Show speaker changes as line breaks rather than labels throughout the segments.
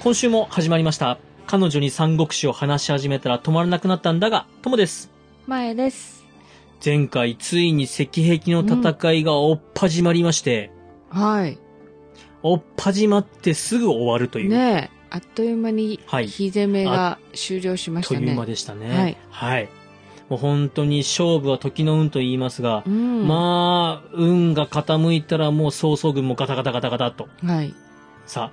今週も始まりました。彼女に三国志を話し始めたら止まらなくなったんだが、ともです。
前です。
前回ついに石壁の戦いがおっ始まりまして、
はい。
おっ始まってすぐ終わるという、
ねえ、あっという間に
はい
火攻めが終了しまし
と
たね。
いう間でしたね。
はい。
はい。もう本当に勝負は時の運と言いますが
う、ん。
まあ、運が傾いたらもう曹操軍もガタガタガタガタっと。
はい。
さあ、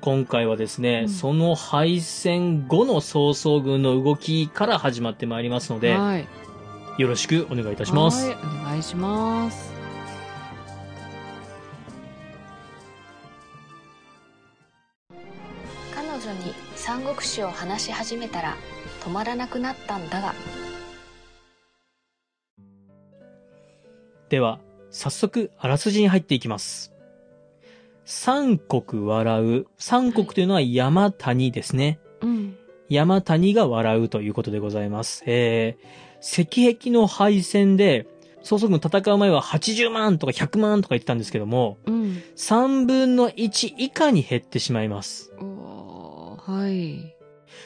今回はですね、
うん
その敗戦後の曹操軍の動きから始まってまいりますので、
はい。お
よろしくお願いいたします。
お願いします。
彼女に三国志を話し始めたら止まらなくなったんだが
では、早速、あらすじに入っていきます。三国笑う。三国というのは山谷ですね。
うん。
山谷が笑うということでございます。えー、石壁の敗戦で、曹操軍戦う前は80万とか100万とか言ってたんですけども、
うん。
3分の1以下に減ってしまいます。
おーはい。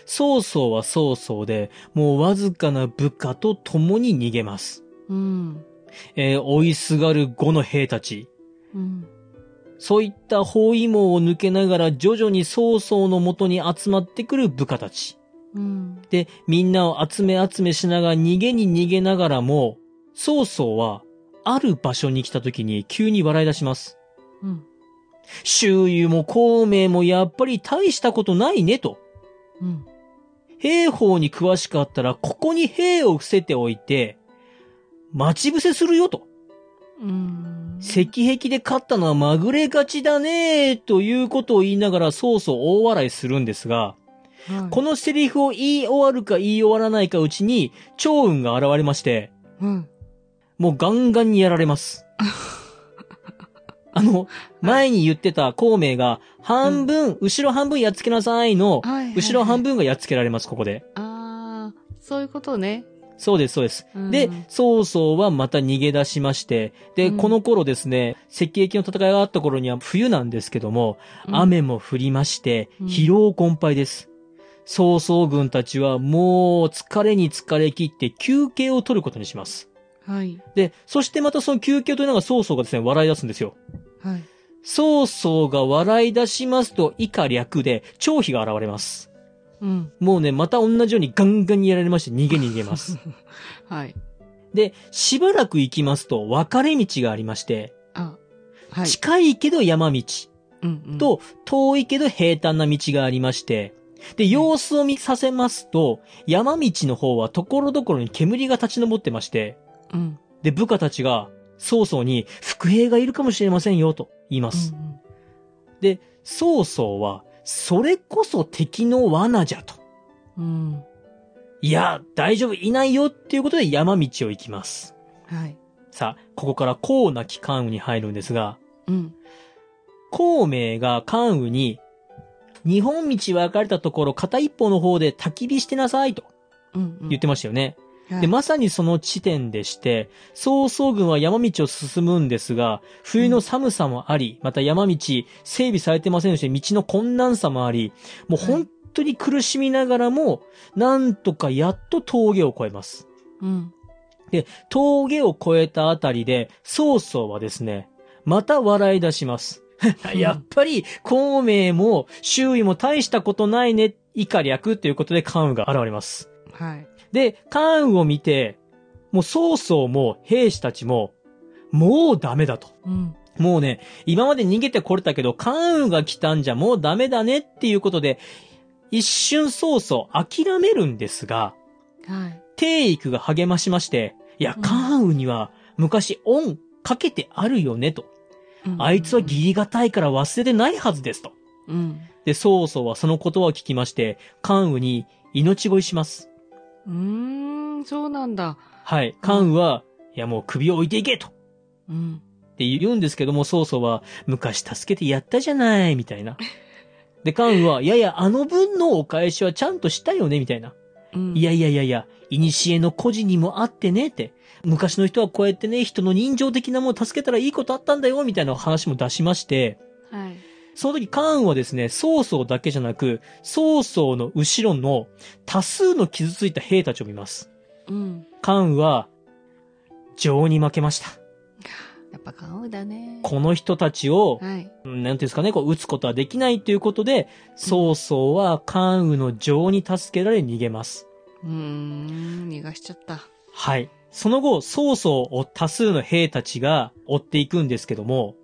曹操は曹操で、もうわずかな部下と共に逃げます。
うん。
えー追いすがる五の兵たち。
うん。
そういった包囲網を抜けながら徐々に曹操の元に集まってくる部下たち。
うん。
で、みんなを集め集めしながら逃げに逃げながらも、曹操は、ある場所に来た時に急に笑い出します。
うん。
周遊も孔明もやっぱり大したことないねと。
うん。
兵法に詳しかったら、ここに兵を伏せておいて、待ち伏せするよと。
うん。
石壁で勝ったのはまぐれ勝ちだねということを言いながら曹操大笑いするんですが、
はい
このセリフを言い終わるか言い終わらないかうちに、趙雲が現れまして、
うん。
もうガンガンにやられます。あの、前に言ってた孔明が、半分、後ろ半分やっつけなさいの、
はいはい。
後ろ半
分。
分がやっつけられます、ここで。
ああ、そういうことね。
そうです、そうです。
うん
で、曹操はまた逃げ出しまして、で、
うん
この頃ですね、石壁の戦いがあった頃には冬なんですけども、
うん、
雨も降りまして、
うん
疲労困憊です。曹操軍たちはもう疲れに疲れ切って休憩を取ることにします。
はい。
で、そしてまたその休憩というのが曹操がですね、笑い出すんですよ。
はい。
曹操が笑い出しますと以下略で、張飛が現れます。
うん。
もうね、また同じようにガンガンにやられまして逃げに逃げ ます。
はい。
で、しばらく行きますと分かれ道がありまして、
あ、はい。
近いけど山道
うんうん、
と遠いけど平坦な道がありまして、で、様子を見させますと、山道の方はところどころに煙が立ち上ってまして、
うん。
で、部下たちが曹操に伏兵がいるかもしれませんよと言います。曹操は、それこそ敵の罠じゃと。
うんうん。うん。
いや、大丈夫、いないよっていうことで山道を行きます。
はい。
さあ、ここからこうなき関羽に入るんですが、
うん。
孔明が関羽に、日本道分かれたところ片一方の方で焚き火してなさいと
うん、うん。
言ってましたよね。
はい
で、まさにその地点でして、曹操軍は山道を進むんですが、冬の寒さもあり、また山道整備されてませんし、道の困難さもあり、もう本当に苦しみながらも、なんとかやっと峠を越えます。
うん。
峠を越えたあたりで、曹操はですね、また笑い出します。やっぱり、孔明も周囲も大したことないね、以下略ということで関羽が現れます。
はい。
で、関羽を見て、もう曹操も兵士たちも、もうダメだと。
うん。
もうね、今まで逃げてこれたけど、関羽が来たんじゃもうダメだねっていうことで、一瞬曹操諦めるんですが、
はい。
帝育が励ましまして、いや
う、ん
関羽には昔恩かけてあるよねと。
うん
あいつは義理がたいから忘れてないはずですと。
うん。
で、曹操はその言葉を聞きまして、関羽に命乞いします。
うーん、そうなんだ。
はい。関羽は、いやもう首を置いていけと。
うん。
って言うんですけども、曹操は、昔助けてやったじゃない、みたいな。で、関羽は、いやいや、あの分のお返しはちゃんとしたよね、みたいな。
うん。
いや、いやいやいや、古の故事にもあってねって、昔の人はこうやってね、人の人情的なものを助けたらいいことあったんだよ、みたいな話も出しまして、
はい。
その時カーンはですね、曹操だけじゃなく、曹操の後ろの多数の傷ついた兵たちを見ます。
うん。
カーンは、情に負けました。
やっぱ顔だね。
この人たちを、
はい。
うんなんていうんですかね、こう、撃つことはできないということで、曹操は関羽の情に助けられ逃げます。
うーん、逃がしちゃった。
はい。その後、曹操を多数の兵たちが追っていくんですけども、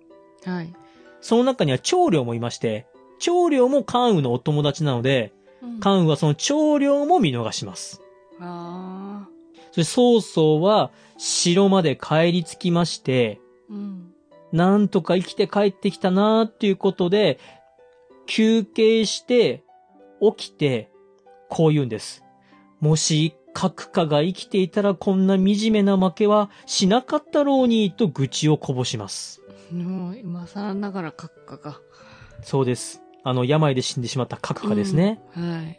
はい。
その中には長領もいまして、長領も関羽のお友達なので、
うん
関羽はその長領も見逃します。
ああ。
そして曹操は城まで帰り着きまして、
うん。
なんとか生きて帰ってきたなーっていうことで、休憩して、起きて、こう言うんです。もし、閣下が生きていたらこんな惨めな負けはしなかったろうに、と愚痴をこぼします。
もう、今更ながら閣下が。
そうです。あの、病で死んでしまった閣下ですね。
うん。はい。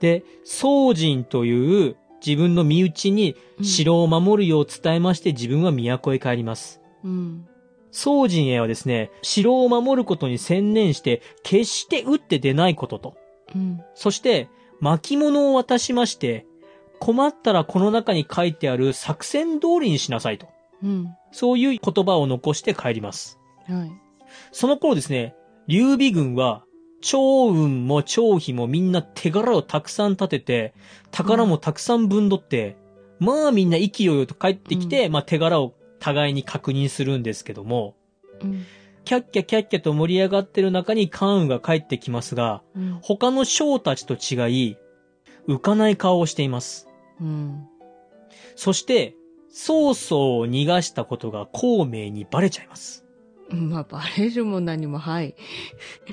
で、宗人という自分の身内に城を守るよう伝えまして自分は都へ帰ります。
うん。
宋人へはですね、城を守ることに専念して、決して打って出ないことと。
うん。
そして、巻物を渡しまして、困ったらこの中に書いてある作戦通りにしなさいと。
うん。
そういう言葉を残して帰ります。
はい。
その頃ですね、劉備軍は、長雲も長飛もみんな手柄をたくさん立てて、宝もたくさんぶんどって、まあみんな勢いよと帰ってきて、まあ手柄を互いに確認するんですけども、
うん。
キャッキャキャッキャと盛り上がってる中に関羽が帰ってきますが、
うん。
他の将たちと違い、浮かない顔をしています。
うん。
そして、曹操を逃がしたことが孔明にバレちゃいます。
まあ、バレるも何も、はい。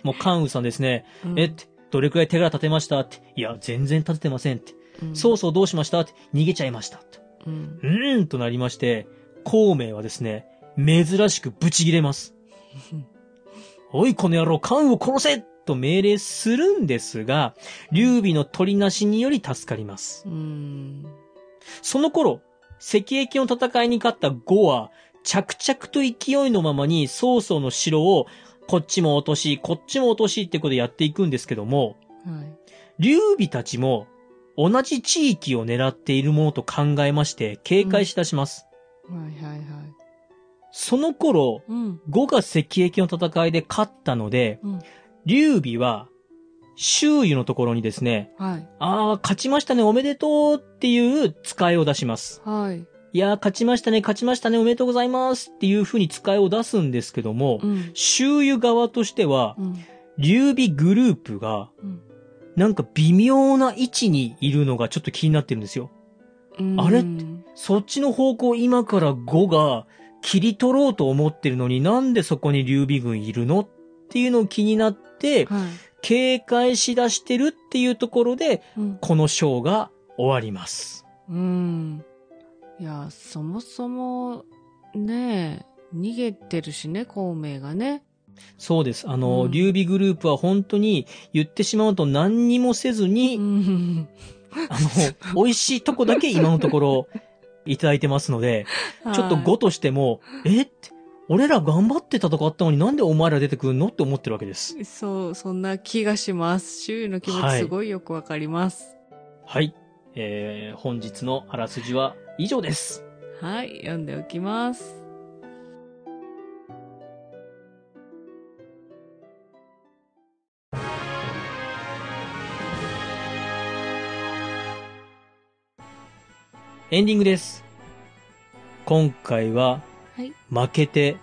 もう関羽さんですね、
うん
えっ、て、どれくらい手柄立てましたって、いや、全然立ててませんって、
うん
曹操どうしましたって、逃げちゃいましたって。
うん。
うーんとなりまして、孔明はですね、珍しくブチ切れます。おい、この野郎、関羽を殺せと命令するんですが、劉備の取りなしにより助かります。
うん。
その頃、赤壁の戦いに勝った呉は、着々と勢いのままに曹操の城を、こっちも落とし、こっちも落としってことでやっていくんですけども、
はい。
劉備たちも、同じ地域を狙っているものと考えまして、警戒しだします。
はいはいはい。
その頃、
うん。
呉が赤壁の戦いで勝ったので、
うん。
劉備は、周囲のところにですね、
はい。
ああ、勝ちましたね、おめでとうっていう使いを出します。
はい。
いやー、勝ちましたね、勝ちましたね、おめでとうございますっていう風に使いを出すんですけども、
うん。
周囲側としては
う、ん。
劉備グループが、
うん
なんか微妙な位置にいるのがちょっと気になってるんですよ。
うん
あれそっちの方向今から5が切り取ろうと思ってるのになんでそこに劉備軍いるのっていうのを気になって、
はい。
警戒しだしてるっていうところで、
うん。
この章が終わります。
うん。いや、そもそも、ねえ、逃げてるしね、孔明がね。
そうです。あの、
うん
劉備グループは本当に言ってしまうと何にもせず
う
に、
ん。
あ の、美味しいとこだけ今のところ いただいてますので、ちょっと
ご
5としても、えって、俺ら頑張って戦ったのになんでお前ら出てくるのって思ってるわけです。
そう、そんな気がします。周囲の気持
は
ち
い
すごいよくわかります。
はい。えー、本日のあらすじは以上です。
はい、読んでおきます。
エンディングです。今回は、
はい
負けて、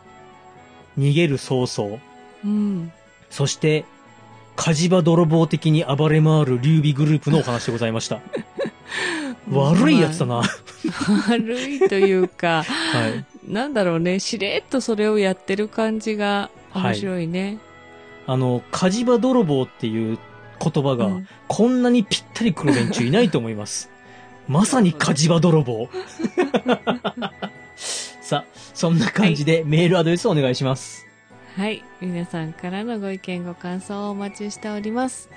逃げる曹操、
うん。
そして、火事場泥棒的に暴れ回る劉備グループのお話でございま した。悪いやつだ な。は
悪いという か、
い。
なんだろうね、しれっとそれをやってる感じが面白いね。
あの、火事場泥棒っていう言葉が、
うん
こんなにぴったり黒連中いないと思い ます。まさに火事場泥 棒。さあ、そんな感じでメールアドレスをお願いします。
はい。皆さんからのご意見、ご感想をお待ちしております。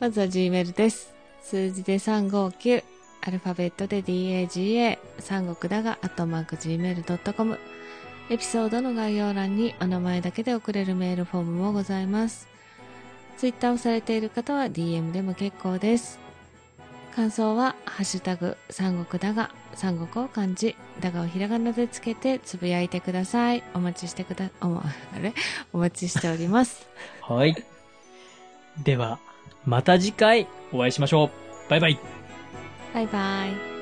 まずは Gmail です。数字で359、アルファベットで DAGA、三国だが、アットマーク Gmail.com。エピソードの概要欄にお名前だけで送れるメールフォームもございます。ツイッターをされている方は DM でも結構です。感想は、ハッシュタグ、三国だが、三国を漢字、だがをひらがなでつけてつぶやいてください。お待ちしてくだ、おも、あれお待ちしております。
はい。では、また次回お会いしましょう。バイバイ。
バイバイ。